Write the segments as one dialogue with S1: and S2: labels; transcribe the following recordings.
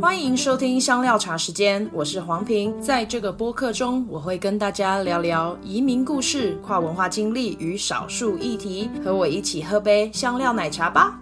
S1: 欢迎收听香料茶时间，我是黄平。在这个播客中，我会跟大家聊聊移民故事、跨文化经历与少数议题。和我一起喝杯香料奶茶吧。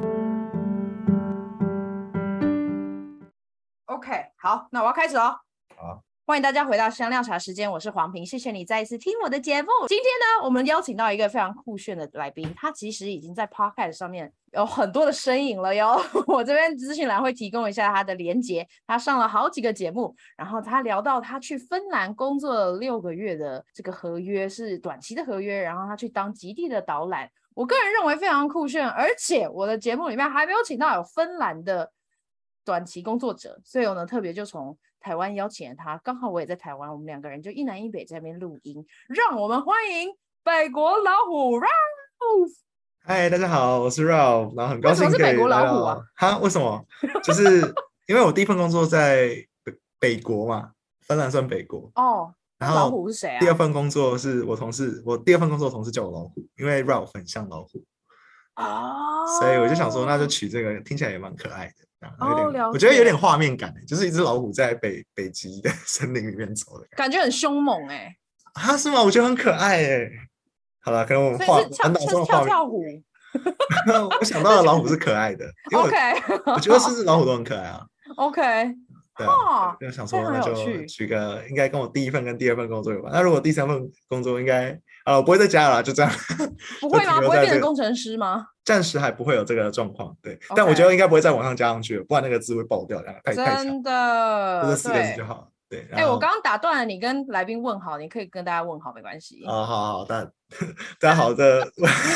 S1: OK，好，那我要开始哦。
S2: 好，
S1: 欢迎大家回到香料茶时间，我是黄平，谢谢你再一次听我的节目。今天呢，我们邀请到一个非常酷炫的来宾，他其实已经在 Podcast 上面有很多的身影了哟。 我这边资讯栏会提供一下他的连接，他上了好几个节目，然后他聊到他去芬兰工作了六个月的这个合约是短期的合约，然后他去当极地的导览，我个人认为非常酷炫，而且我的节目里面还没有请到有芬兰的短期工作者，所以我呢特别就从台湾邀请了他，刚好我也在台湾，我们两个人就一南一北在那边录音，让我们欢迎北国老虎 Ralph。
S2: 嗨，大家好，我是 Ralph，然后很高
S1: 为什
S2: 兴
S1: 么是
S2: 可以
S1: 美国老
S2: 来
S1: 虎
S2: 到
S1: 啊？
S2: 哈，为什么？就是因为我第一份工作在北北国嘛，芬兰算北国，
S1: 哦，
S2: 然
S1: 老
S2: 后
S1: 虎是谁
S2: 第二
S1: 啊？
S2: 份工作是我同事，我第二份工作同事叫我老虎，因为 Ralph 很像老虎，
S1: 哦，
S2: 所以我就想说那就取这个，听起来也蛮可爱的。然后
S1: 哦
S2: 有点，
S1: 了
S2: 我觉得有
S1: 解
S2: 点画面感，欸就是一只老虎在北北极的 森林里面走的感
S1: 感觉很凶猛哎、
S2: 觉。啊，是吗？我觉得很可爱哎。好了，可能我们画
S1: 所以是
S2: 我
S1: 跳
S2: 脑中
S1: 跳跳
S2: 的画面，
S1: 跳虎。
S2: 我想到的老虎是可爱的，
S1: 哦
S2: 因为我
S1: OK
S2: 我觉得狮子、老虎都很可爱啊。
S1: OK，
S2: 对啊，
S1: 哦，
S2: 就想
S1: 非
S2: 说
S1: 常
S2: 那
S1: 有
S2: 就
S1: 趣
S2: 取个应该跟我第一份跟第二份工作有关。那如果第三份工作应该啊，我不会再加了啦，就这样。
S1: 不会吗？
S2: 就停
S1: 不
S2: 留
S1: 会
S2: 在
S1: 变成
S2: 这个
S1: 工程师吗？
S2: 暂时还不会有这个状况，对。但我觉
S1: OK
S2: 得应该不会再往上加上去了，不然那个字会爆掉，这样太太长，
S1: 真
S2: 就
S1: 的，
S2: 是四个
S1: 对
S2: 字就。好了。对，
S1: 哎、
S2: 然
S1: 我
S2: 后
S1: 刚刚打断了你，跟来宾问好，你可以跟大家问好，没关系。
S2: 啊，好好，大 大家好，这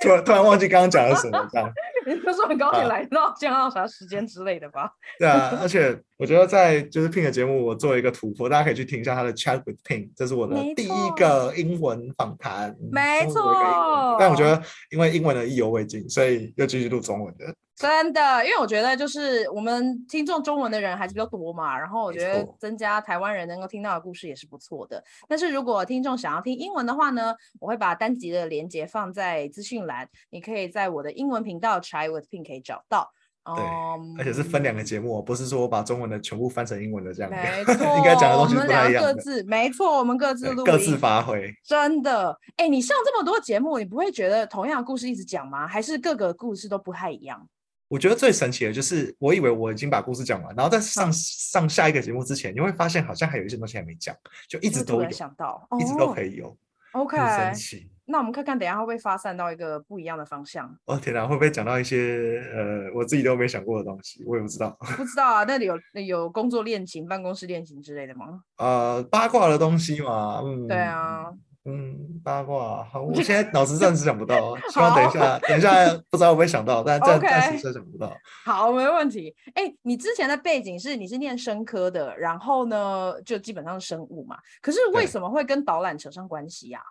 S2: 突然突然忘记刚刚讲了什么，这样
S1: 你就说很高兴
S2: 啊
S1: 来到江浪啥时间之类的吧。
S2: 对啊。而且我觉得在就是 Pin 的节目，我做一个突破，大家可以去听一下他的 Chat with Pin，这是我的
S1: 没
S2: 第一
S1: 错
S2: 个英文访谈，嗯
S1: 没
S2: 中文的一个英文但我觉
S1: 错
S2: 得因为英文的意犹未尽，所以又继续录中文的。
S1: 真的，因为我觉得就是我们听众中文的人还是比较多嘛，然后我
S2: 没
S1: 觉得
S2: 错
S1: 增加台湾人能够听到的故事也是不错的。但是如果听众想要听英文的话呢，我会把单集的连接放在资讯栏，你可以在我的英文频道 Try with Pink 可以找到。
S2: 对
S1: 嗯
S2: 而且是分两个节目哦，不是说我把中文的全部翻成英文的这样。
S1: 没错，
S2: 应该讲的东西
S1: 我
S2: 是
S1: 们
S2: 不太
S1: 俩
S2: 一样
S1: 各
S2: 的，
S1: 自，没错，我们各自
S2: 对
S1: 录
S2: 各自
S1: 音
S2: 发挥。
S1: 真的，哎，你上这么多节目，你不会觉得同样的故事一直讲吗？还是各个故事都不太一样？
S2: 我觉得最神奇的就是，我以为我已经把故事讲完，然后在
S1: 嗯
S2: 上上下一个节目之前，你会发现好像还有一些东西还没讲，就一
S1: 一
S2: 直
S1: 突
S2: 都有，
S1: 然想到，
S2: 一直都可
S1: 以。
S2: 以有，
S1: OK，
S2: 很神奇。
S1: 那我们看看，等一下会不会发散到一个不一样的方向？
S2: 哦天哪，会不会讲到一些呃我自己都没想过的东西？我也不知道。
S1: 不知道啊，那里有有工作恋情、办公室恋情之类的吗？
S2: 呃，八卦的东西嘛，嗯，
S1: 对啊，
S2: 嗯，八卦。好，我现在脑子暂时想 不到，希望
S1: 好
S2: 等一下，等一下不知道会不会想到，但暂暂
S1: OK
S2: 时是想不到。
S1: 好，没问题。哎，你之前的背景是你是念生科的，然后呢，就基本上是生物嘛。可是为
S2: 对
S1: 什么会跟导览扯上关系啊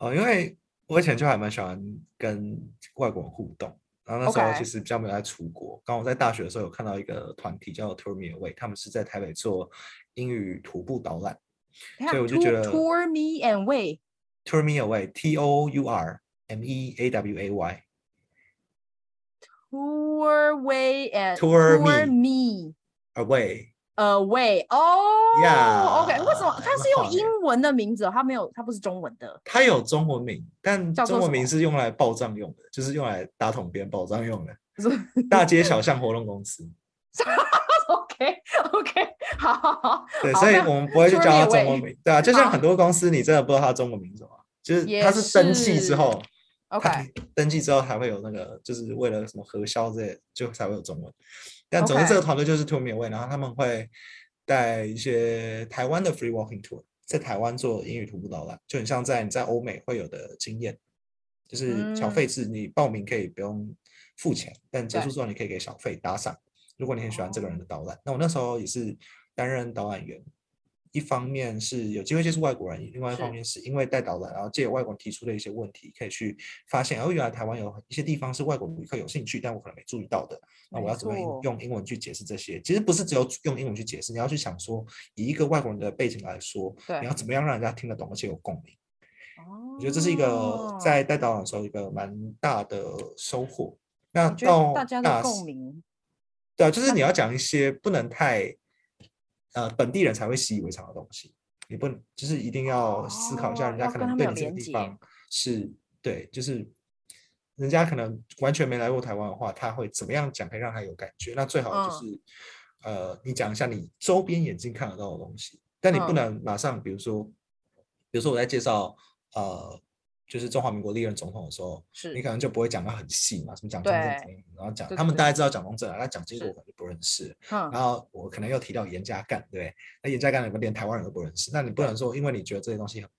S1: 呀、
S2: 哦，因为我以前就还蛮喜欢跟外国人互动，然后那时候
S1: OK
S2: 其实比较没有在出国。刚好在大学的时候有看到一个团体叫 Tour Me Away，他们是在台北做英语徒步导览。
S1: 等一下
S2: 所以我就觉
S1: tour
S2: 得
S1: tour me and way
S2: Tour Me Away，T O U R M E A W A Y，Tour
S1: tour way and
S2: Tour
S1: tour
S2: me
S1: me
S2: Away。
S1: away 哦、
S2: Yeah，
S1: o k 为什么它
S2: 那
S1: 是用
S2: 画面
S1: 英文的名字哦？它没有，它不是中文的。
S2: 它有中文名，但
S1: 叫做
S2: 中文
S1: 什么
S2: 名是用来报账用的，就是用来打桶边报账用 的
S1: 是。
S2: 大街小巷活动公司，
S1: OK OK，好 好好，
S2: 对，
S1: 好
S2: 所以
S1: 那
S2: 我们不会去
S1: ，Tour
S2: 叫它
S1: Me
S2: 中
S1: Away
S2: 文名，对啊，就像
S1: 好
S2: 很多公司你真的不知道它中文名是什么，就是
S1: 也
S2: 它是登记
S1: 是
S2: 之后
S1: OK，
S2: 它登记之后才会有那个，就是为了什么核销之类的，就才会有中文。但总之
S1: OK
S2: 这个团队就是 To Me Away，然后他们会带一些台湾的 Free Walking Tour，在台湾做英语徒步导览，就很像在你在欧美会有的经验，就是小费制，你报名可以不用付钱，但结
S1: 嗯对
S2: 束之后你可以给小费打赏。如果你很喜欢这个人的导览，那我那时候也是担任导览员，一方面是有机会接触外国人，另外一
S1: 是
S2: 方面是因为带导览，然后借由外国人提出的一些问题，可以去发现哦，原来台湾有一些地方是外国旅客有兴趣，但我可能没注意到的。那
S1: 没
S2: 我要怎么
S1: 错
S2: 用用英文去解释这些？其实不是只有用英文去解释，你要去想说，以一个外国人的背景来说，你
S1: 对
S2: 要，怎么样让人家听得懂，而且有共鸣。
S1: 我
S2: 我觉得这是一
S1: 哦
S2: 个在带导览的时候一个蛮大的收获。那
S1: 我觉得
S2: 到
S1: 大家的
S2: 大
S1: 共
S2: 四
S1: 鸣
S2: 对啊，就是你要讲一些不能太呃本地人才会习以为常的东西，你不能就是一定要思考一下，
S1: 哦
S2: 人家
S1: 要
S2: 可
S1: 跟
S2: 能
S1: 他
S2: 对
S1: 们
S2: 你
S1: 有
S2: 这个
S1: 连
S2: 地
S1: 结
S2: 方是对，就是人家可能完全没来过台湾的话，他会怎么样讲可以让他有感觉？那最好就
S1: 嗯
S2: 是、呃，你讲一下你周边眼睛看得到的东西，但你不
S1: 嗯
S2: 能马上，比如说，比如说我在介绍呃，就是中华民国历任总统的时候，
S1: 是
S2: 你可能就不会讲到很细嘛，什么蒋中正怎么样，然后讲
S1: 对
S2: 他们
S1: 对
S2: 大概知道蒋中正啊，那蒋经国
S1: 是
S2: 我可能就不认识，
S1: 嗯
S2: 然后我可能又提到严家淦，对不对？那严家淦我连台湾人都不认识，那你不能说因为你觉得这些东西很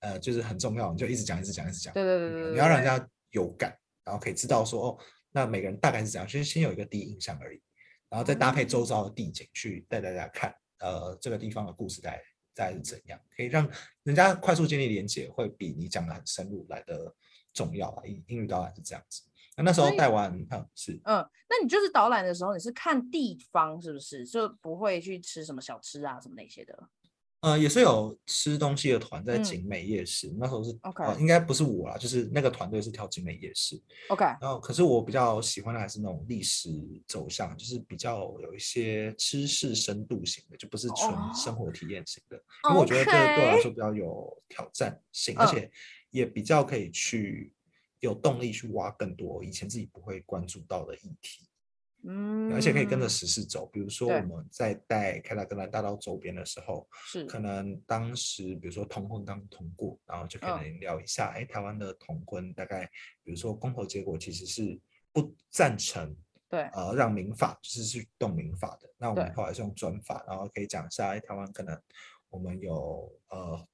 S2: 呃就是很重要，你就一直讲一直讲一直讲，
S1: 对对对对对，
S2: 你要让
S1: 嗯
S2: 人
S1: 对嗯
S2: 家有感，然后可以知道说哦，那每个人大概是怎样，就是先有一个第一印象而已，然后再搭配周
S1: 嗯
S2: 遭的地景去带大家看，呃，这个地方的故事大概大概是怎样，可以让人家快速建立连接，会比你讲的很深入来的重要啊。英英语导览是这样子，那那时候
S1: 所以
S2: 带完，嗯，是
S1: 嗯，那你就是导览的时候，你是看地方是不是，就不会去吃什么小吃啊什么那些的。
S2: 呃，也是有吃东西的团在
S1: 嗯
S2: 景美夜市，那时候是
S1: OK
S2: 呃，应该不是我啦，就是那个团队是跳景美夜市，
S1: OK，
S2: 然后，可是我比较喜欢的还是那种历史走向，就是比较有一些知识深度型的，就不是纯
S1: 哦
S2: 生活体验型的。因为我觉得这个对我来说比较有挑战性，而
S1: 嗯
S2: 且也比较可以去有动力去挖更多以前自己不会关注到的议题，
S1: 嗯，
S2: 而且可以跟着时事走。比如说
S1: 对
S2: 我们在带凯达格兰大道周边的时候，
S1: 是
S2: 可能当时比如说同婚刚通过，然后就可
S1: 嗯
S2: 能聊一下，哎、台湾的同婚大概，比如说公投结果其实是不赞成，
S1: 对
S2: 呃，让民法就是去动民法的。那我们
S1: 对
S2: 后来是用专法，然后可以讲一下，哎、台湾可能我们有呃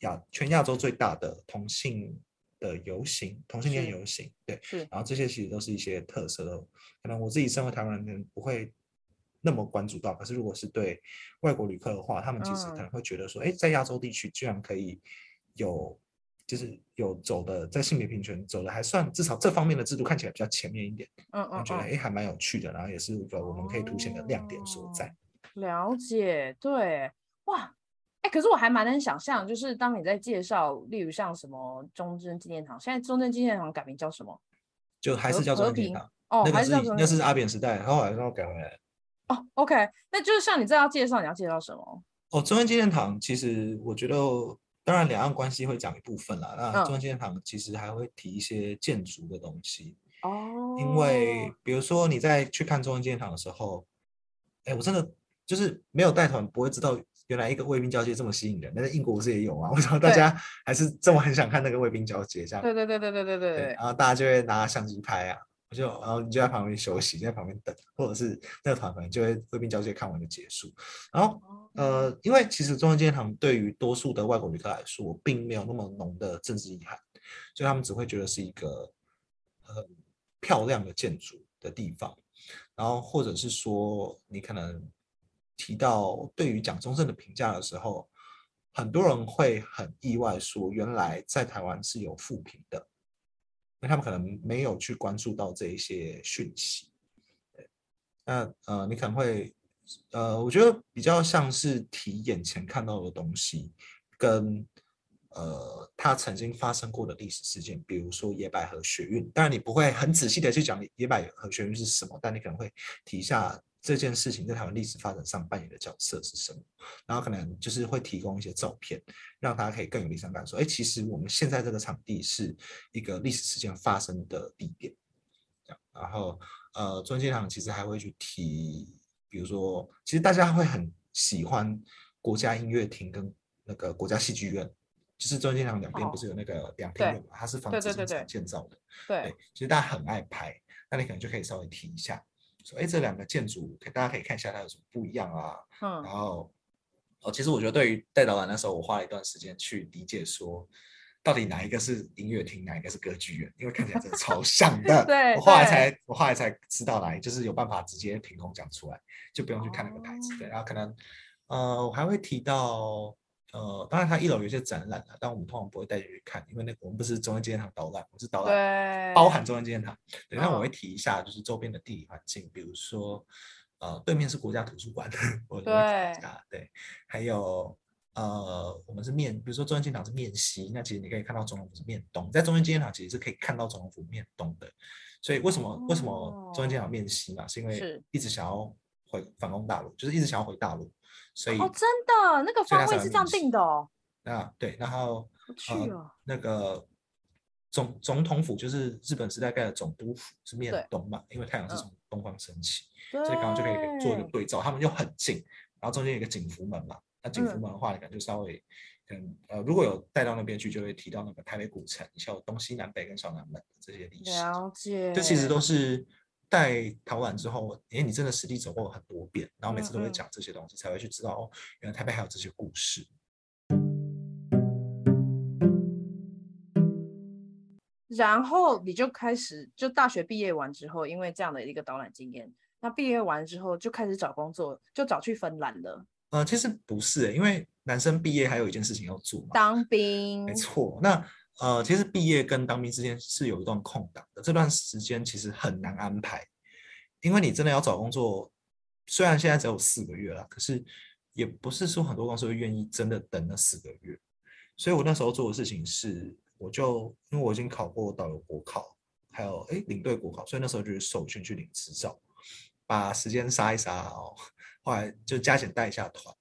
S2: 亚全亚洲最大的同性的游行，同性恋
S1: 是
S2: 游行，对，
S1: 是
S2: 然后这些其实都是一些特色的，可能我自己身为台湾人可能不会那么关注到，可是如果是对外国旅客的话，他们其实可
S1: 嗯
S2: 能会觉得说，哎、在亚洲地区居然可以有，就是有走的在性别平权走的还算，至少这方面的制度看起来比较前面一点，
S1: 嗯
S2: 我
S1: 嗯
S2: 觉得哎、
S1: 嗯，
S2: 诶还蛮有趣的，然后也是一个我们可以凸显的亮点所在。
S1: 哦嗯了解，对，哇。哎、可是我还蛮能想象，就是当你在介绍，例如像什么中正纪念堂，现在中正纪念堂改名叫什么？
S2: 就还
S1: 和
S2: 是叫
S1: 和
S2: 中天
S1: 平
S2: 堂，
S1: 哦，
S2: 那个
S1: 还
S2: 是
S1: 叫
S2: 以
S1: 中
S2: 那
S1: 正
S2: 是阿扁时代，然后后来让我改回来了。
S1: 哦，OK，那就是像你这要介绍，你要介绍什么？
S2: 哦，中央纪念堂其实我觉得，当然两岸关系会讲一部分啦。那
S1: 嗯
S2: 中央纪念堂其实还会提一些建筑的东西，
S1: 哦，
S2: 因为比如说你在去看中央纪念堂的时候，哎，我真的就是没有带团不会知道原来一个卫兵交接这么吸引人。但是英国不是也有 啊？我想大
S1: 对
S2: 家还是这么很想看那个卫兵交接这样。
S1: 对对对对对对对
S2: 对，
S1: 对
S2: 然，后大家就会拿相机拍啊，我就然后你就在旁边休息，就在旁边等，或者是那个团可能就会贵宾交接看完就结束。然后呃，因为其实中央纪念堂对于多数的外国旅客来说，并没有那么浓的政治遗憾，所以他们只会觉得是一个很漂亮的建筑的地方。然后或者是说，你可能提到对于蒋中正的评价的时候，很多人会很意外说，原来在台湾是有负评的。那他们可能没有去关注到这一些讯息。对，那呃，你可能会呃，我觉得比较像是提眼前看到的东西，跟呃，它曾经发生过的历史事件，比如说野百合学运。当然，你不会很仔细的去讲野百合学运是什么，但你可能会提一下这件事情在台湾历史发展上扮演的角色是什么，然后可能就是会提供一些照片，让大家可以更有立场感，说，哎，其实我们现在这个场地是一个历史事件发生的地点。这样，然后呃，中间堂其实还会去提，比如说，其实大家会很喜欢国家音乐厅跟那个国家戏剧院，就是中间堂两边
S1: 哦
S2: 不是有那个两厅
S1: 对
S2: 院嘛，它是
S1: 对
S2: 仿
S1: 对
S2: 执行
S1: 对
S2: 厂
S1: 对
S2: 建造的，
S1: 对，
S2: 其实大家很爱拍，那你可能就可以稍微提一下，说，哎，这两个建筑，可大家可以看一下它有什么不一样啊，然
S1: 嗯，
S2: 后，哦，其实我觉得对于带导览那时候，我花了一段时间去理解说，到底哪一个是音乐厅，哪一个是歌剧院，因为看起来真的超像的。
S1: 对
S2: 我后来
S1: 对
S2: 才我后来才知道哪一，就是有办法直接凭空讲出来，就不用去看那个台
S1: 哦
S2: 词。对，然后可能，呃，我还会提到。呃，当然，它一楼有一些展览啊，但我们通常不会带进去看，因为那个我们不是中央纪念堂导览，我们是导览
S1: 对，
S2: 包含中央纪念堂。对，那我
S1: 嗯
S2: 会提一下，就是周边的地理环境，比如说，呃，对面是国家图书馆， 我我会提
S1: 对
S2: 一下，对，还有呃，我们是面，比如说中央纪念堂是面西，那其实你可以看到总统府是面东，在中央纪念堂其实是可以看到总统府面东的，所以为什么、为什么中间要面西嘛？是因为
S1: 哦是
S2: 一直想要回反攻大陆，就是一直想要回大陆，所以、
S1: 哦，真的，那个
S2: 所
S1: 方
S2: 以
S1: 位
S2: 他才
S1: 是
S2: 会
S1: 这样
S2: 面试
S1: 定的哦。
S2: 那对，然后
S1: 我去
S2: 呃
S1: 哦，
S2: 那个总总统府就是日本时代盖的总督府是面
S1: 对
S2: 东嘛，因为太阳是
S1: 嗯
S2: 从东方升起，
S1: 对，
S2: 所以刚刚就可以做一个对照，他们又很近，然后中间有一个景福门嘛，那景福
S1: 嗯
S2: 门的话，你可能就稍微。嗯，呃，如果有带到那边去，就会提到那个台北古城，还有东西南北跟小南门这些历史。
S1: 了解。
S2: 这其实都是带导览之后，哎，你真的实地走过很多遍，然后每次都
S1: 嗯
S2: 会
S1: 嗯
S2: 讲这些东西，才会去知道哦，原来台北还有这些故事。
S1: 然后你就开始，就大学毕业完之后，因为这样的一个导览经验，那毕业完之后就开始找工作，就找去芬兰了，
S2: 呃，其实不是、因为男生毕业还有一件事情要做嘛，
S1: 当兵。
S2: 没错。那呃，其实毕业跟当兵之间是有一段空档的，这段时间其实很难安排，因为你真的要找工作，虽然现在只有四个月了，可是也不是说很多公司会愿意真的等那四个月。所以我那时候做的事情是，我就因为我已经考过导游国考，还有诶领队国考，所以那时候就是首先去领执照，把时间杀一杀哦，后来就加减带一下团。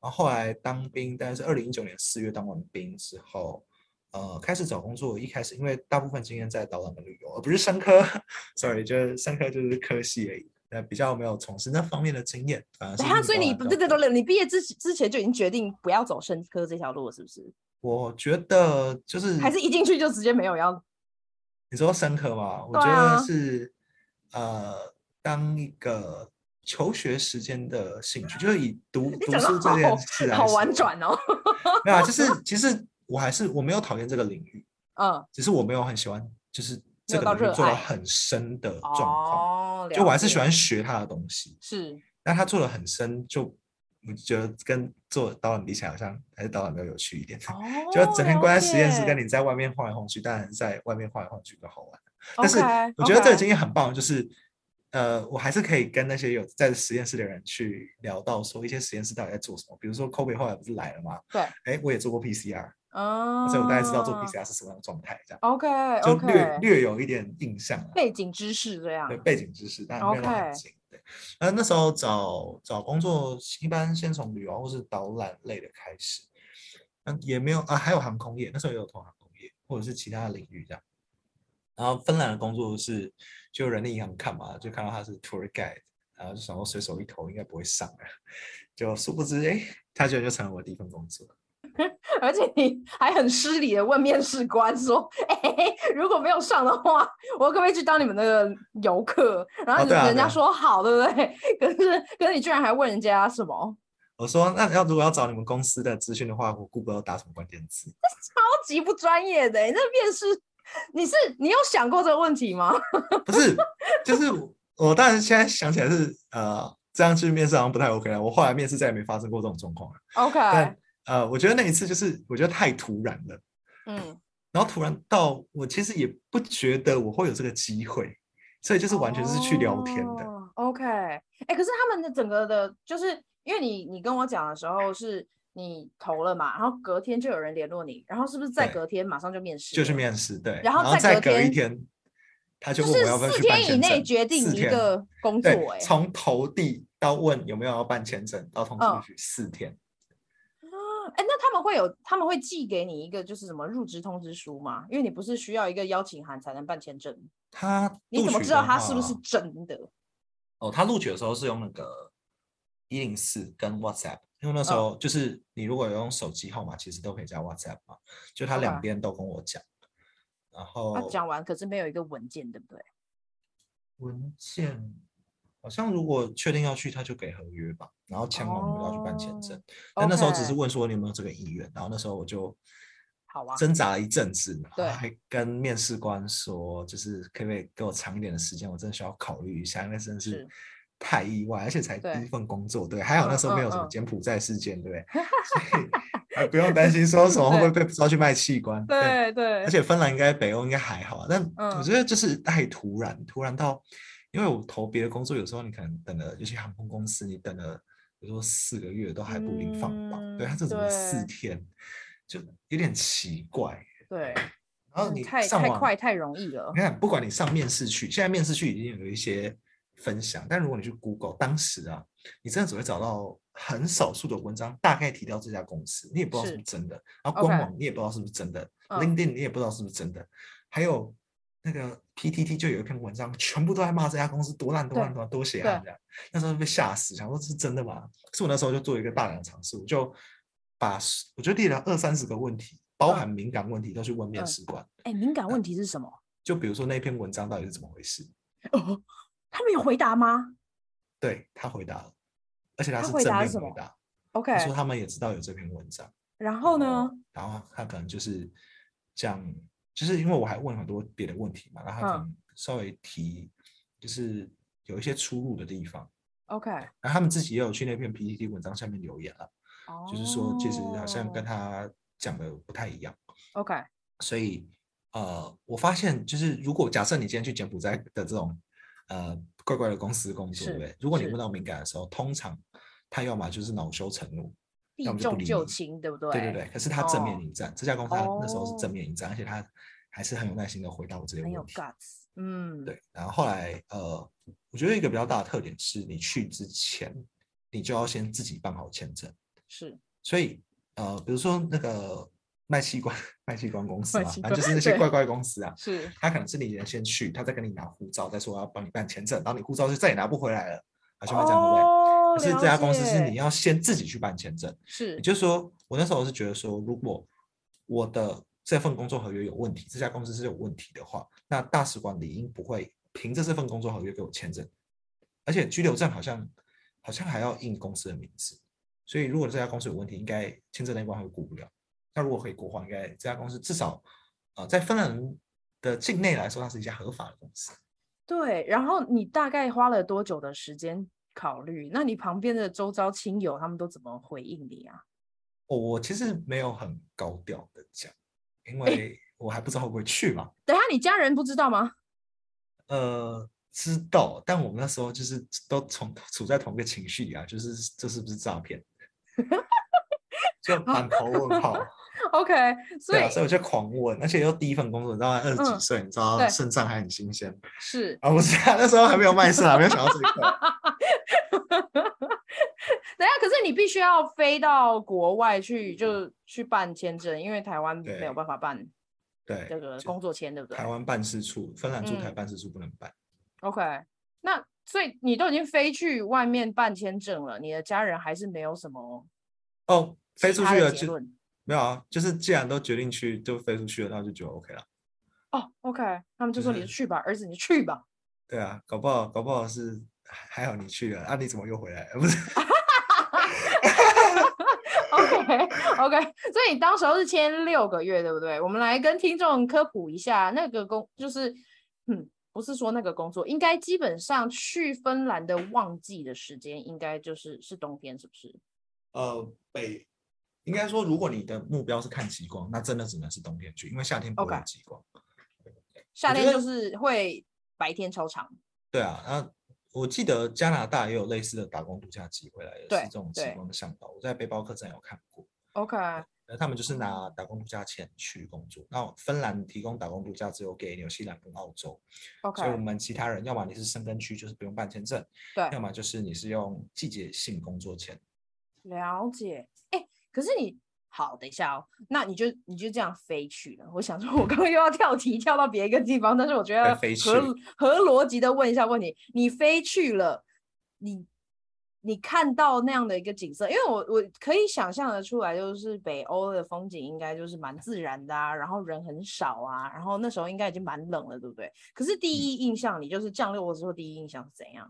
S2: 然后后来当兵，但是二零一九年四月当完兵之后，呃，开始找工作。一开始因为大部分经验在导览跟旅游，而不是商科 ，sorry，就是商科就是科系而已，那比较没有从事那方面的经验。反而是
S1: 等一下，
S2: 运
S1: 所以
S2: 动
S1: 你
S2: 啊
S1: 不
S2: 比
S1: 对对
S2: 较多
S1: 对，你毕业之之前就已经决定不要走生科这条路了，是不是？
S2: 我觉得就是
S1: 还是一进去就直接没有要？
S2: 你说深刻吗？我
S1: 对
S2: 觉
S1: 啊
S2: 得是，呃，当一个求学时间的兴 趣，就是以读读
S1: 讲得
S2: 书这
S1: 好
S2: 件事来
S1: 好
S2: 说
S1: 婉转哦。
S2: 没有啊，就是其实我还是我没有讨厌这个领域，
S1: 嗯，
S2: 只是我没有很喜欢，就是这
S1: 有
S2: 个
S1: 到
S2: 领域
S1: 热
S2: 做到
S1: 爱
S2: 很深的状况。
S1: 哦，
S2: 就我
S1: 了
S2: 还是喜
S1: 解
S2: 欢学他的东西，
S1: 是
S2: 但他做的很深，就我觉得跟做导览比起来，好像还是导览比较有趣一点。
S1: 哦，
S2: 就整天关在实验室，跟
S1: 你。
S2: 你在外面晃来晃去，当然在外面晃来晃去更好玩。但
S1: OK，
S2: 是我觉得这
S1: OK
S2: 个经验很棒，就是呃，我还是可以跟那些有在实验室的人去聊到说一些实验室到底在做什么。比如说 Kobe 后来不是来了嘛？
S1: 对，
S2: 哎，我也做过 PCR，
S1: 嗯，
S2: 所以我大概知道做 PCR 是什么样的状态，这样
S1: OK
S2: 就
S1: OK，
S2: 略略有一点印象啊。
S1: 背景知识这样
S2: 对。背景知识，但没有到
S1: OK
S2: 很精。对，那那时候找找工作，一般先从旅游或是导览类的开始。嗯，也没有啊，还有航空业，那时候也有投航空业，或者是其他的领域这样。然后芬兰的工作是，就人力银行看嘛，就看到他是 tour guide，然后就想说随手一投应该不会上了，就殊不知哎，他居然就成了我第一份工作。
S1: 而且你还很失礼的问面试官说：“哎、如果没有上的话，我可不可以去当你们的游客？”然后
S2: 哦对啊
S1: 人
S2: 对
S1: 家
S2: 啊
S1: 说好，对不对？ 可是可是你居然还问人家什么？
S2: 我说那要如果要找你们公司的资讯的话，我顾不到打什么关键字。
S1: 超级不专业的、你欸这面试，你是你有想过这个问题吗？
S2: 不是，就是我我当然现在想起来是呃，这样去面试好像不太 OK 了。我后来面试再也没发生过这种状况了。
S1: OK，
S2: 但呃，我觉得那一次就是我觉得太突然了，
S1: 嗯，
S2: 然后突然到我其实也不觉得我会有这个机会，所以就是完全是去聊天的。
S1: 哦 OK，哎、可是他们的整个的，就是因为你你跟我讲的时候是你投了嘛，然后隔天就有人联络你，然后是不是在
S2: 对
S1: 隔天马上就面试了？
S2: 就去面试，对，
S1: 然后再
S2: 再
S1: 隔
S2: 隔一
S1: 天
S2: 天，他就
S1: 就
S2: 问我
S1: 是
S2: 要不要
S1: 四
S2: 去办
S1: 天以
S2: 签
S1: 内
S2: 证，
S1: 决定
S2: 四
S1: 一
S2: 天
S1: 个工作、
S2: 对
S1: 欸，，哎，
S2: 从投递到问有没有要办签证，到通知
S1: 嗯
S2: 去四天。
S1: 哎，那他们会有，他们会寄给你一个就是什么入职通知书吗？因为你不是需要一个邀请函才能办签证，
S2: 他
S1: 你怎
S2: 录
S1: 么
S2: 取
S1: 知道
S2: 的
S1: 他是不是
S2: 话
S1: 真的？
S2: 哦，他录取的时候是用那个一零四跟 WhatsApp，因为那时
S1: 嗯
S2: 候就是你如果有用手机号码，其实都可以加 WhatsApp 嘛，就他两
S1: OK
S2: 边都跟我讲，然
S1: 他
S2: 后
S1: 啊讲完可是没有一个文件，对不对？
S2: 文件好像如果确定要去，他就给合约吧，然后签完我们要去办签证
S1: 哦，
S2: 哎但那时候只是
S1: OK
S2: 问说你有没有这个意愿，然后那时候我就。
S1: 好啊
S2: 挣扎了一阵子，然后
S1: 对
S2: 还跟面试官说，就是可不可以给我长一点的时间，我真的需要考虑一下，因为真的是
S1: 是
S2: 太意外，而且才第
S1: 对
S2: 一份工作，对，还好那
S1: 嗯
S2: 时候没
S1: 嗯
S2: 有什么
S1: 嗯
S2: 柬埔寨事 件，对不对？所以还不用担心说什么会不会被抓去卖器官，对。
S1: 对对
S2: 而且芬兰应该北欧应该还好啊，但我
S1: 嗯
S2: 觉得就是太突然，突然到，因为我投别的工作，有时候你可能等了，尤其航空公司，你等了，比如说四个月都还不一定放榜，对，
S1: 嗯
S2: 他这怎么四
S1: 对
S2: 天，就有点奇怪。
S1: 对，
S2: 然然后
S1: 嗯
S2: 你
S1: 太
S2: 上
S1: 太
S2: 网
S1: 快太容易了
S2: 你。看，不管你上面试去，现在面试去已经有一些分享，但如果你去 Google，当时啊，你真的只会找到很少数的文章，大概提到这家公司，你也不知道是不
S1: 是
S2: 是真的，然后
S1: OK
S2: 官网你也不知道是不是真的、
S1: 嗯
S2: l i n k e d i n 你也不知道是不是真的，还有那个 PTT 就有一篇文章，全部都在骂这家公司多烂多烂
S1: 对
S2: 多烂多血
S1: 对
S2: 汗这样，那时候被吓死，想说这是真的吗？所以我那时候就做一个大胆的尝试，我就把我就列了二三十个问题，包
S1: 嗯
S2: 含敏感问题都去问面
S1: 嗯
S2: 试官。
S1: 哎，敏感问题是什么？
S2: 就比如说那篇文章到底是怎么回事？
S1: 哦，他们有回答吗
S2: 对他回答了，而且他
S1: 他
S2: 是
S1: 回
S2: 正
S1: 答
S2: 面
S1: 是什
S2: 回
S1: 么
S2: 答，
S1: ？OK，
S2: 他说哦他们也知道有这篇文章，
S1: 然后呢？？
S2: 然后他可能就是讲，就是因为我还问很多别的问题嘛，然后他可
S1: 嗯
S2: 能稍微提，就是有一些出入的地方，
S1: OK，
S2: 然后他们自己也有去那篇 PPT 文章下面留言了，就是说其实好像跟
S1: 哦
S2: 他讲的不太一样。
S1: OK，
S2: 所以呃，我发现就是如果假设你今天去柬埔寨的这种呃怪怪的公司工作，对不
S1: 是
S2: 对？如果你
S1: 是
S2: 问到敏感的时候，通常他要么就是恼羞成怒，
S1: 避
S2: 要么就不
S1: 重
S2: 理
S1: 就
S2: 你
S1: 轻，对不对？
S2: 对对对，可是他正面
S1: 哦
S2: 迎战，这家公司他那时候是正
S1: 哦
S2: 面迎战，而且他还是很有耐心的回答我这些
S1: 很有
S2: 问题。
S1: guts，嗯，
S2: 对，然后后来呃，我觉得一个比较大的特点是你去之前，你就要先自己办好签证。
S1: 是
S2: 所以呃，比如说那个卖器官 卖器官公司
S1: 卖
S2: 嘛，
S1: 器
S2: 反正就是
S1: 官
S2: 那些
S1: 对
S2: 怪怪公司啊，
S1: 是，
S2: 他可能是你人先去，他再跟你拿护照，再说要帮你办签证，然后你护照就再也拿不回来了，好像会这样对不对？
S1: 哦，
S2: 可是
S1: 了
S2: 这家公司是
S1: 解
S2: 你要先自己去办签证，也
S1: 是
S2: 就是说，我那时候是觉得说，如果我的这份工作合约有问题，这家公司是有问题的话，那大使馆理应不会凭着这份工作合约给我签证，而且居留证好像好像还要印公司的名字，所以如果这家公司有问题，应该签证那一关会过不了。那如果可以国话，应该这家公司至少呃在芬兰人的境内来说，它是一家合法的公司。
S1: 对。然后你大概花了多久的时间考虑？那你旁边的周遭亲友他们都怎么回应你啊？
S2: 我、哦我其实没有很高调的讲，因为我还不知道会不会去嘛。
S1: 等一下你家人不知道吗？
S2: 呃，知道，但我们那时候就是都从处在同一个情绪里啊，就是这是不是 诈骗？
S1: 哦
S2: 就满头问号，
S1: OK，所
S2: 对
S1: 以
S2: 啊，所以我就狂问，而且又第一份工作，你知道吗？二十几
S1: 嗯
S2: 岁，你知道
S1: 对
S2: 肾脏还很新鲜
S1: 是
S2: 啊，不是啊，那时候还没有卖肾啊，没有想到这 一刻。
S1: 等一下，可是你必须要飞到国外去，就去办签证，因为台湾没有
S2: 嗯对
S1: 办法办这
S2: 对，
S1: 个
S2: 就
S1: 工作签，对不对
S2: 台湾办事处，芬兰驻台
S1: 嗯
S2: 办事处不能办。
S1: ？OK，那所以你都已经飞去外面办签证了，你的家人还是没有什么
S2: 哦，飞
S1: 其
S2: 出
S1: 他
S2: 去
S1: 的
S2: 了
S1: 结
S2: 就
S1: 论
S2: 没有啊，就是既然都决定去，就飞出去了，那就觉得 OK 了。
S1: 哦。OK，他们就
S2: 就
S1: 说你就是去吧，儿子你就去吧。
S2: 对啊，搞不好搞不好是还好你去了，啊你怎么又回来了？不是，
S1: OK OK，所以你当时候是签六个月，对不对？我们来跟听众科普一下，那个工就是，嗯，不是说那个工作，应该基本上去芬兰的旺季的时间，应该就是是冬天，是不是？
S2: 呃，北应该说，如果你的目标是看极光，那真的只能是冬天去，因为夏天不会有
S1: OK
S2: 极光。
S1: 夏
S2: 我觉
S1: 天就
S2: 得
S1: 是会白天超长，
S2: 对啊，那我记得加拿大也有类似的打工度假机回来的，
S1: 对
S2: 是这种极
S1: 对
S2: 光的向导，我在背包客栈有看过。
S1: OK，
S2: 那他们就是
S1: 嗯
S2: 拿打工度假钱去工作。那芬兰提供打工度假只有给纽西兰跟澳洲，
S1: OK，
S2: 所以我们其他人要么你是深根区，就是不用办签证；
S1: 对
S2: 要么就是你是用季节性工作签。
S1: 了解。哎、可是你好，等一下哦，那你就你就这样飞去了。我想说，我刚刚又要跳题跳到别一个地方，但是我觉得
S2: 哎飞
S1: 合
S2: 去
S1: 合逻辑的问一下问题：你飞去了，你你看到那样的一个景色，因为我我可以想象得出来，就是北欧的风景应该就是蛮自然的啊，然后人很少啊，然后那时候应该已经蛮冷了，对不对？可是
S2: 嗯
S1: 第一印象，你就是降落的时候第一印象是怎样？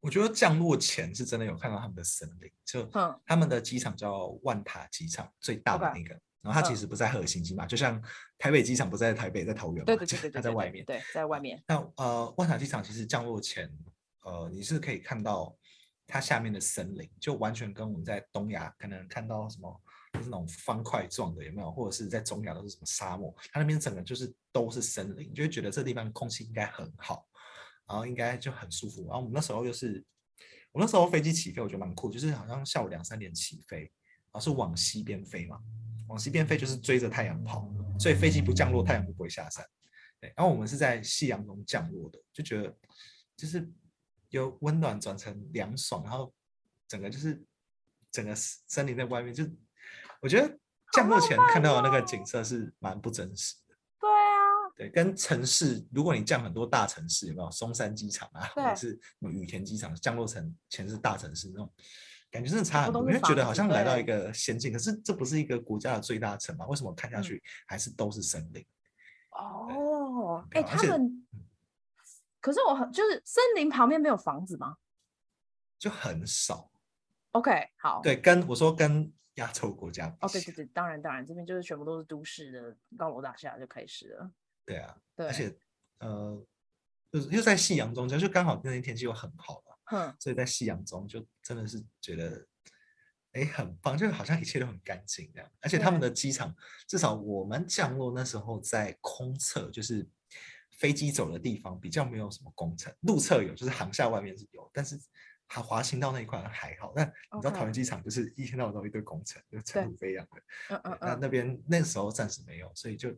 S2: 我觉得降落前是真的有看到他们的森林，就
S1: 哼，
S2: 他们的机场叫万塔机场，最大的
S1: OK
S2: 那个。然后它其
S1: 嗯
S2: 实不在核心机嘛，就像台北机场不在台北，在桃园嘛，
S1: 对对
S2: 就
S1: 对对对，
S2: 它在
S1: 对
S2: 外
S1: 对
S2: 面。
S1: 对，在外 面，
S2: 那呃，万塔机场其实降落前，呃，你是可以看到它下面的森林，就完全跟我们在东亚可能看到什么就是那种方块状的有没有，或者是在中亚都是什么沙漠，它那边整个就是都是森林，你就会觉得这地方空气应该很好，然后应该就很舒服。然后我们那时候又是，我那时候飞机起飞，我觉得蛮酷，就是好像下午两三点起飞，然后是往西边飞嘛，往西边飞就是追着太阳跑，所以飞机不降落，太阳就不会下山。对，然后我们是在夕阳中降落的，就觉得就是由温暖转成凉爽，然后整个就是整个森森林在外面，就我觉得降落前看到的那个景色是蛮不真实的。
S1: 对啊，
S2: 对，跟城市，如果你降很多大城市，有没有松山机场啊，或
S1: 对
S2: 者是什么羽田机场，降落成全是大城市那种，感觉真的
S1: 全
S2: 差很
S1: 部
S2: 多，
S1: 都
S2: 你
S1: 是
S2: 会觉得好
S1: 房子
S2: 像来到
S1: 对
S2: 一个仙境。可是这不是一个国家的最大城嘛？为什么看下
S1: 嗯
S2: 去还是都是森林？
S1: 哦，哎、
S2: 对啊而
S1: 他
S2: 且
S1: 们，可是我很就是森林旁边没有房子吗
S2: 就很少。
S1: ？OK，好，
S2: 对，跟我说跟亚洲国家比
S1: 哦，对
S2: 起
S1: 对对，当然当然，这边就是全部都是都市的高楼大厦就开始了，
S2: 对啊，
S1: 对，
S2: 而且呃，就是又在夕阳中，就刚好那天天气又很好嘛，
S1: 哼，
S2: 所以在夕阳中就真的是觉得，哎，很棒，就好像一切都很干净这样。而且他们
S1: 对
S2: 的机场，至少我们降落那时候在空侧，就是飞机走的地方比较没有什么工程，路侧有，就是航厦外面是有，但是。它滑行道那一块还好，但你知道
S1: OK
S2: 桃园机场就是一天到晚都一堆工程，就
S1: 对
S2: 尘土飞扬的。
S1: 嗯嗯
S2: 对那
S1: 嗯，
S2: 那边那时候暂时没有，所以就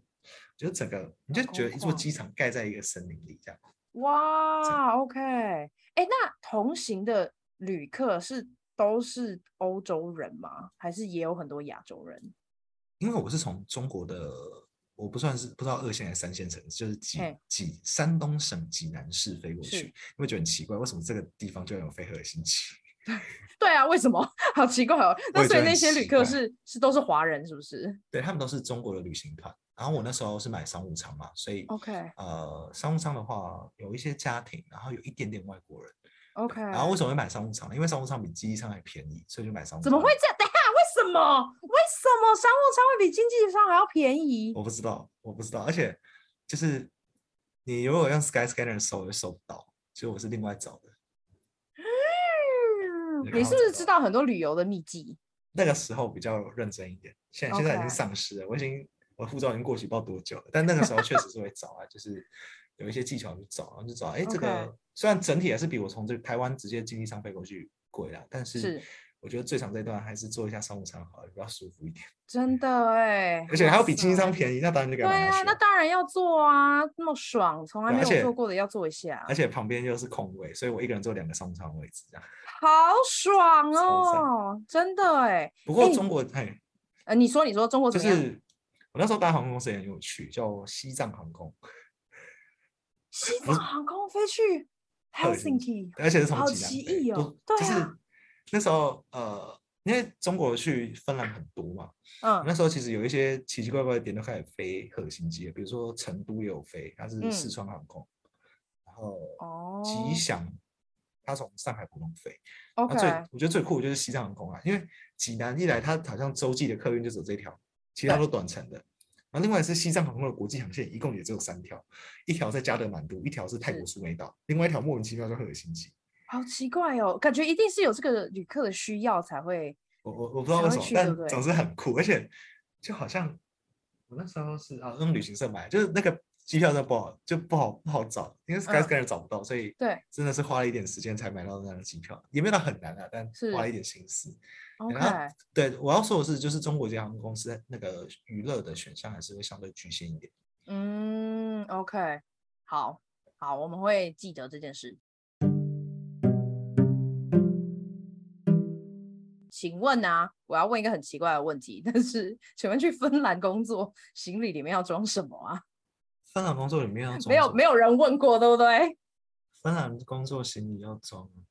S2: 就整个你就
S1: 很
S2: 觉
S1: 空
S2: 得一座
S1: 旷
S2: 机场盖在一个森林里这样。
S1: 哇，OK，哎、那同行的旅客是都是欧洲人吗？还是也有很多亚洲人？
S2: 因为我是从中国的，我不算是不知道二线还是三线城市，就是济
S1: 嘿
S2: 济山东省济南市飞过
S1: 是
S2: 去，你会觉得很奇怪，为什么这个地方就有飞核心机？
S1: 对啊，为什么？ 好奇怪哦。
S2: 我
S1: 那
S2: 也
S1: 所以
S2: 觉得
S1: 那
S2: 很
S1: 些旅
S2: 奇
S1: 客
S2: 怪
S1: 是是都是华人，是不是
S2: 对他们都是中国的旅行团，然后我那时候是买商务舱嘛，所以
S1: ？OK
S2: 呃商务舱的话有一些家庭，然后有一点点外国人。
S1: OK，
S2: 然后为什么会买商务舱呢？因为商务舱比经济舱还便宜，所以就买商务舱。
S1: 怎么会这样？等一下，为什么？为什么商务舱会比经济舱还要便宜？
S2: 我不知道，我不知道，而且就是你如果用 Skyscanner 搜，就搜不到，所以我是另外找的。
S1: 嗯
S2: 你
S1: 你
S2: 刚
S1: 是
S2: 刚
S1: 不是
S2: 找
S1: 知
S2: 到
S1: 道很多旅游的秘籍？
S2: 那个时候比较认真一点，现在现在已经
S1: OK
S2: 丧失了，我已经我的护照已经过期不知道多久了，但那个时候确实是会找啊，就是有一些技巧去找，然后就找，哎，这
S1: OK
S2: 个虽然整体还是比我从这台湾直接经济舱飞过去贵啦，但是
S1: 是
S2: 我觉得最长这段还是做一下商务舱好了，比较舒服一点，
S1: 真的哎、
S2: 而且
S1: 哇
S2: 还要比经济
S1: 塞
S2: 舱便宜，那当然就给
S1: 对
S2: 它买下
S1: 啊，
S2: 去
S1: 那
S2: 了
S1: 当然要做啊，那么爽，从来
S2: 对
S1: 没
S2: 而
S1: 有做
S2: 且
S1: 过的要做一下
S2: 而，且旁边又是空位，所以我一个人坐两个商务舱的位置这样。
S1: 好爽
S2: 超赞
S1: 哦，真的哎、
S2: 不
S1: 哎
S2: 过
S1: 你
S2: 中国，哎，
S1: 呃，你说你说中国
S2: 就
S1: 怎么样？
S2: 是我那时候搭航空公司也很有趣，叫西藏航空，
S1: 西
S2: 不
S1: 藏
S2: 是
S1: 航空飞去
S2: 对
S1: Helsinki，
S2: 而且是从
S1: 好
S2: 济
S1: 奇
S2: 南飞
S1: 异
S2: 不
S1: 哦对
S2: 就
S1: 啊
S2: 是那时候呃，因为中国去芬兰很多嘛，
S1: 嗯
S2: 那时候其实有一些奇奇怪怪的点都开始飞核心机了，比如说成都也有飞，它是四
S1: 嗯
S2: 川航空，然后
S1: 哦
S2: 吉祥，它从上海浦东飞，那
S1: ，OK，
S2: 最我觉得最酷的就是西藏航空啊，因为济南一来它好像洲际的客运就走这条，其他
S1: 对
S2: 都短程的。然后另外是西藏航空的国际航线，一共也只有三条，一条在加德满都，一条是泰国
S1: 是
S2: 苏梅岛，另外一条莫名其妙叫赫尔辛基。
S1: 好奇怪哦，感觉一定是有这个旅客的需要才会
S2: 我我我不知道为
S1: 才
S2: 什
S1: 会
S2: 么
S1: 去，对不
S2: 但
S1: 对
S2: 总之很酷，而且就好像我那时候是啊用旅行社买，就是那个机票都不好，就不好不好找，因为 Skyscanner 找不到，所以
S1: 嗯对
S2: 真的是花了一点时间才买到那张机票，也没有到很难啊，但
S1: 是
S2: 花了一点心思。
S1: OK，
S2: 然对，我要说的是，就是中国这些航空公司那个娱乐的选项还是会相对局限一点。
S1: 嗯，OK，好好，我们会记得这件事。请问啊，我要问一个很奇怪的问题，但是请问去芬兰工作，行李里面要装什么啊？
S2: 芬兰工作里面要 装
S1: 没
S2: 什
S1: 有
S2: 么
S1: 没有人问过，对不对？
S2: 芬兰工作行李要装，啊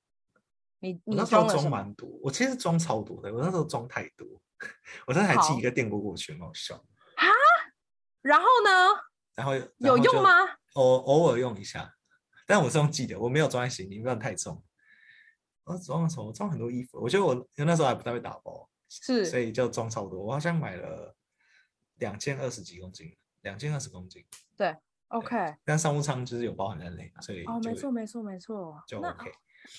S1: 你
S2: 我
S1: 你
S2: 那时
S1: 装
S2: 候
S1: 了什
S2: 装
S1: 么？
S2: 蛮多，我其实装超多的，我那时候装太多， 我真的还寄
S1: 好
S2: 一个电锅过去，很好笑。
S1: 然后呢？
S2: 然后
S1: 有用？
S2: 然后
S1: 吗？
S2: 就偶偶尔用一下，但我是用寄的，我没有装在行李，不然太重。我装了什么？我装很多衣服，我觉得我那时候还不太会打包，所
S1: 是
S2: 以就装超多。我好像买了两千二十几公斤，两千二十公斤。
S1: OK，
S2: 但商务舱就是有包含在内，所以
S1: 哦，
S2: 就
S1: 没错没错没错。
S2: 就
S1: 那
S2: OK。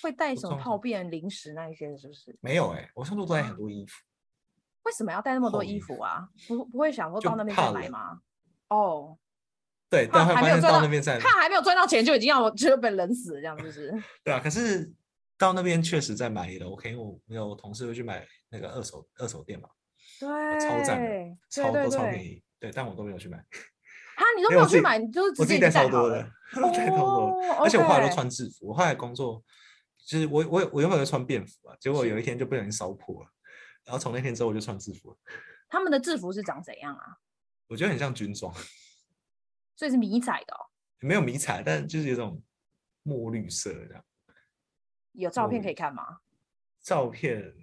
S1: 会带
S2: 我
S1: 什么
S2: 装什
S1: 泡
S2: 么
S1: 便、零食那一些的，是不是？
S2: 没有哎、我上次都带很多衣
S1: 啊
S2: 服，
S1: 为什么要带那么多
S2: 厚
S1: 衣
S2: 衣
S1: 服
S2: 服
S1: 啊？不不会想说
S2: 就
S1: 到那边
S2: 怕
S1: 再买
S2: 冷
S1: 吗？哦，
S2: 对，
S1: 怕
S2: 但会
S1: 啊还没
S2: 发
S1: 有
S2: 现
S1: 赚
S2: 到
S1: 到
S2: 那边再
S1: 怕还没有赚到钱就已经要就被冷死了，这样是不 是？
S2: 对啊，可是到那边确实在买也都 OK，因为我有同事会去买那个二手二手店嘛，超赞的
S1: 对，对
S2: 超
S1: 对
S2: 都超
S1: 对
S2: 便宜，对，但我都没有去买，
S1: 哈，你都
S2: 因
S1: 没
S2: 为
S1: 有
S2: 我自
S1: 去
S2: 己
S1: 买，你就是
S2: 我
S1: 直
S2: 自己
S1: 接
S2: 带
S1: 带
S2: 超
S1: 好
S2: 多
S1: 了
S2: 的。，我 带超多的。
S1: 哦
S2: 而且我后来
S1: OK
S2: 都穿制服，我后来工作就是我我我原本都穿便服啊，结果有一天就不小心烧破了，然后从那天之后我就穿制服了，
S1: 他们的制服是长怎样啊？
S2: 我觉得很像军装，
S1: 所以是迷彩的哦。
S2: 没有迷彩，但就是有一种墨绿色这样。
S1: 有照片
S2: 嗯
S1: 可以看吗？
S2: 照片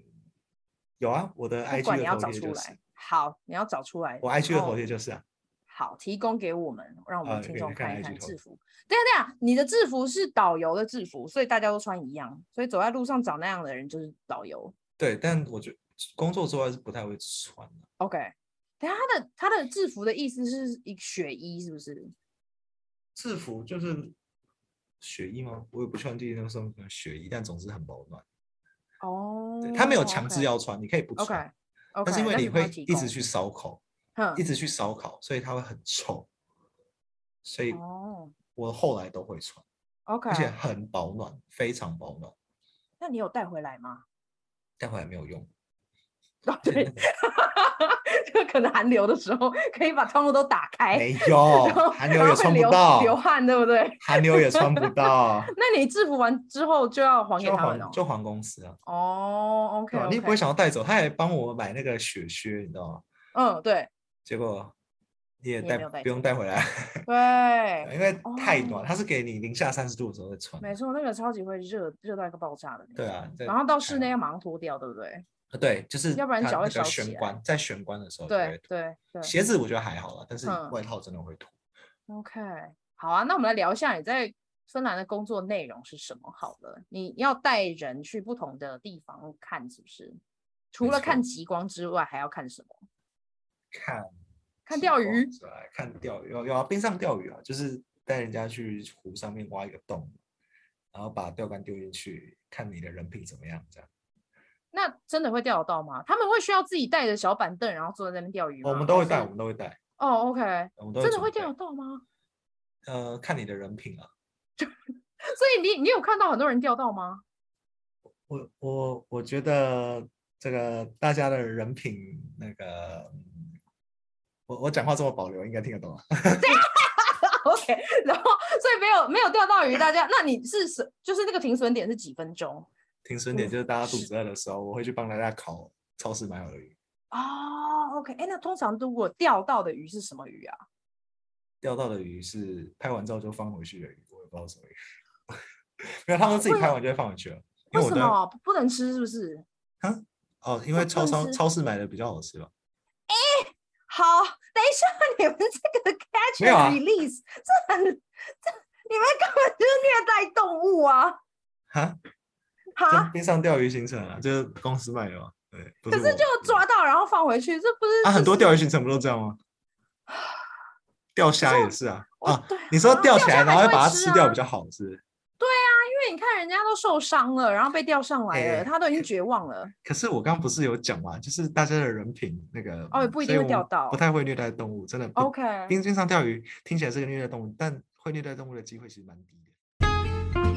S2: 有啊，我的
S1: 不
S2: IG
S1: 管你
S2: 的
S1: 要
S2: 头
S1: 找
S2: 贴
S1: 出
S2: 就是
S1: 来，好，你要找出来。哦
S2: 我
S1: 然
S2: IG 的头
S1: 后
S2: 贴就是啊，
S1: 好，提供给我们，让我
S2: 啊
S1: 们
S2: 你
S1: 听
S2: 可以
S1: 众
S2: 去看
S1: 看一
S2: IG
S1: 看
S2: 头
S1: 制服。对呀对呀，你的制服是导游的制服，所以大家都穿一样，所以走在路上找那样的人就是导游。
S2: 对，但我觉得工作之外是不太会穿啊的，
S1: OK，等一下他的他的制服的意思是一雪衣是不是？
S2: 制服就是雪衣吗？我也不确定那个时候有没有雪衣，但总之很保暖。
S1: 哦
S2: 对，，他没有强制要穿，你可以不
S1: OK。
S2: 穿
S1: OK，OK，
S2: 但是因为你
S1: 他
S2: 会
S1: 提
S2: 一直
S1: 供，
S2: 去烧烤，
S1: 哼
S2: 一，直去烧烤，所以它会很臭，所以
S1: 哦啊
S2: 我后来都会穿，
S1: ，OK，
S2: 而且很保暖，非常保暖，
S1: 那你有带回来 吗？哦
S2: 但后来没有用。
S1: 对， 就可能寒流的时候可以把窗户都打开，
S2: 没
S1: 哎然后
S2: 有，寒
S1: 然
S2: 流
S1: 后
S2: 也
S1: 会
S2: 穿不
S1: 流
S2: 到，
S1: 流汗，对不对？
S2: 寒流也穿不 到，
S1: 那你制服完之后就要还给
S2: 就
S1: 他们哦
S2: 还。就还公司啊，
S1: 哦，OK，
S2: 对啊吧？你也不会
S1: OK
S2: 想要带走，他还帮我买那个雪靴，你知道吗？
S1: 嗯，对
S2: 结果你也
S1: 你也
S2: 带
S1: 没有带
S2: 不用带回来，
S1: 对，
S2: 因为太暖，
S1: 哦
S2: 它是给你零下三十度的时候再穿。
S1: 没错，那个超级会热热到一个爆炸的那种。
S2: 对啊，在
S1: 然后到
S2: 太
S1: 室
S2: 阳
S1: 内要马上脱掉，对不对？
S2: 呃对，就是
S1: 要不然
S2: 它
S1: 脚会
S2: 那个
S1: 烧起
S2: 玄
S1: 来
S2: 关，在玄关的时候就
S1: 对
S2: 会脱。
S1: 对对
S2: 鞋子我觉得还好啦，但是
S1: 嗯
S2: 外套真的会脱。
S1: ，OK，好啊，那我们来聊一下你在芬兰的工作内容是什么好了。你要带人去不同的地方看，是不是？除
S2: 没
S1: 了
S2: 错
S1: 看极光之外，还要看什么？
S2: 看
S1: 看
S2: 极
S1: 钓
S2: 光
S1: 鱼
S2: 是吧，看钓鱼，有有啊，冰上钓鱼啊，就是带人家去湖上面挖一个洞，然后把钓竿丢进去，看你的人品怎么样
S1: 啊
S2: 这样。
S1: 那真的会钓得到吗？他们会需要自己带着小板凳，然后坐在那边钓鱼吗？
S2: 我们都
S1: 还
S2: 会带，
S1: 是
S2: 我们都会带，
S1: 哦，OK，
S2: 我们都
S1: 真的会
S2: 准
S1: 钓
S2: 备
S1: 得。到吗？
S2: 呃，看你的人品啊。
S1: 所以你你有看到很多人钓到吗？
S2: 我我我觉得这个大家的人品那个，嗯我我讲话这么保留，应该听得懂啊。
S1: OK，然后所以没有没有钓到鱼，大家那你是什就是那个停损点是几分钟
S2: 停损点
S1: 嗯
S2: 就是大家肚子饿的时候，我会去帮大家烤超市买饵鱼，
S1: 哦，OK，哎，那通常如果钓到的鱼是什么鱼啊？
S2: 钓到的鱼是拍完照就放回去的鱼，我也不知道什么鱼。 没有，他们自己
S1: 为
S2: 拍完就会放回去了。因
S1: 为
S2: 我
S1: 什
S2: 都要
S1: 么不不能吃？是不是？
S2: 哦，因
S1: 不
S2: 为超
S1: 能
S2: 商
S1: 吃
S2: 超市买的比较好吃吧？
S1: 好，等一下，你们这 个 catch
S2: 没有
S1: and
S2: 啊
S1: release，、这很这你们根本就是虐待动物啊！
S2: 哈，
S1: 哈
S2: 跟，冰上钓鱼行程啊，就是公司卖的嘛。对，不
S1: 啊可
S2: 是
S1: 是
S2: 我
S1: 就抓到然后放回去，这不是
S2: 啊，很多
S1: 这是啊
S2: 钓鱼行程不都这样吗？钓虾也是啊
S1: 我
S2: 啊，
S1: 对
S2: 你说
S1: 啊
S2: 钓
S1: 钓
S2: 起
S1: 虾
S2: 来然
S1: 还
S2: 后
S1: 是
S2: 再
S1: 会
S2: 把它
S1: 吃
S2: 吃掉
S1: 啊
S2: 比较好吃，
S1: 因为你看人家都受伤了，然后被钓上来了，
S2: 哎
S1: 他都已经绝望了。
S2: 可是我刚刚不是有讲嘛，就是大家的人品那个
S1: 哦也
S2: 嗯
S1: 不一
S2: 所
S1: 定
S2: 以
S1: 会
S2: 我
S1: 钓
S2: 们
S1: 到
S2: 不太会虐待动物，真的不
S1: OK，
S2: 冰冰上钓鱼听起来是个虐待动物，但会虐待动物的机会其实蛮低的。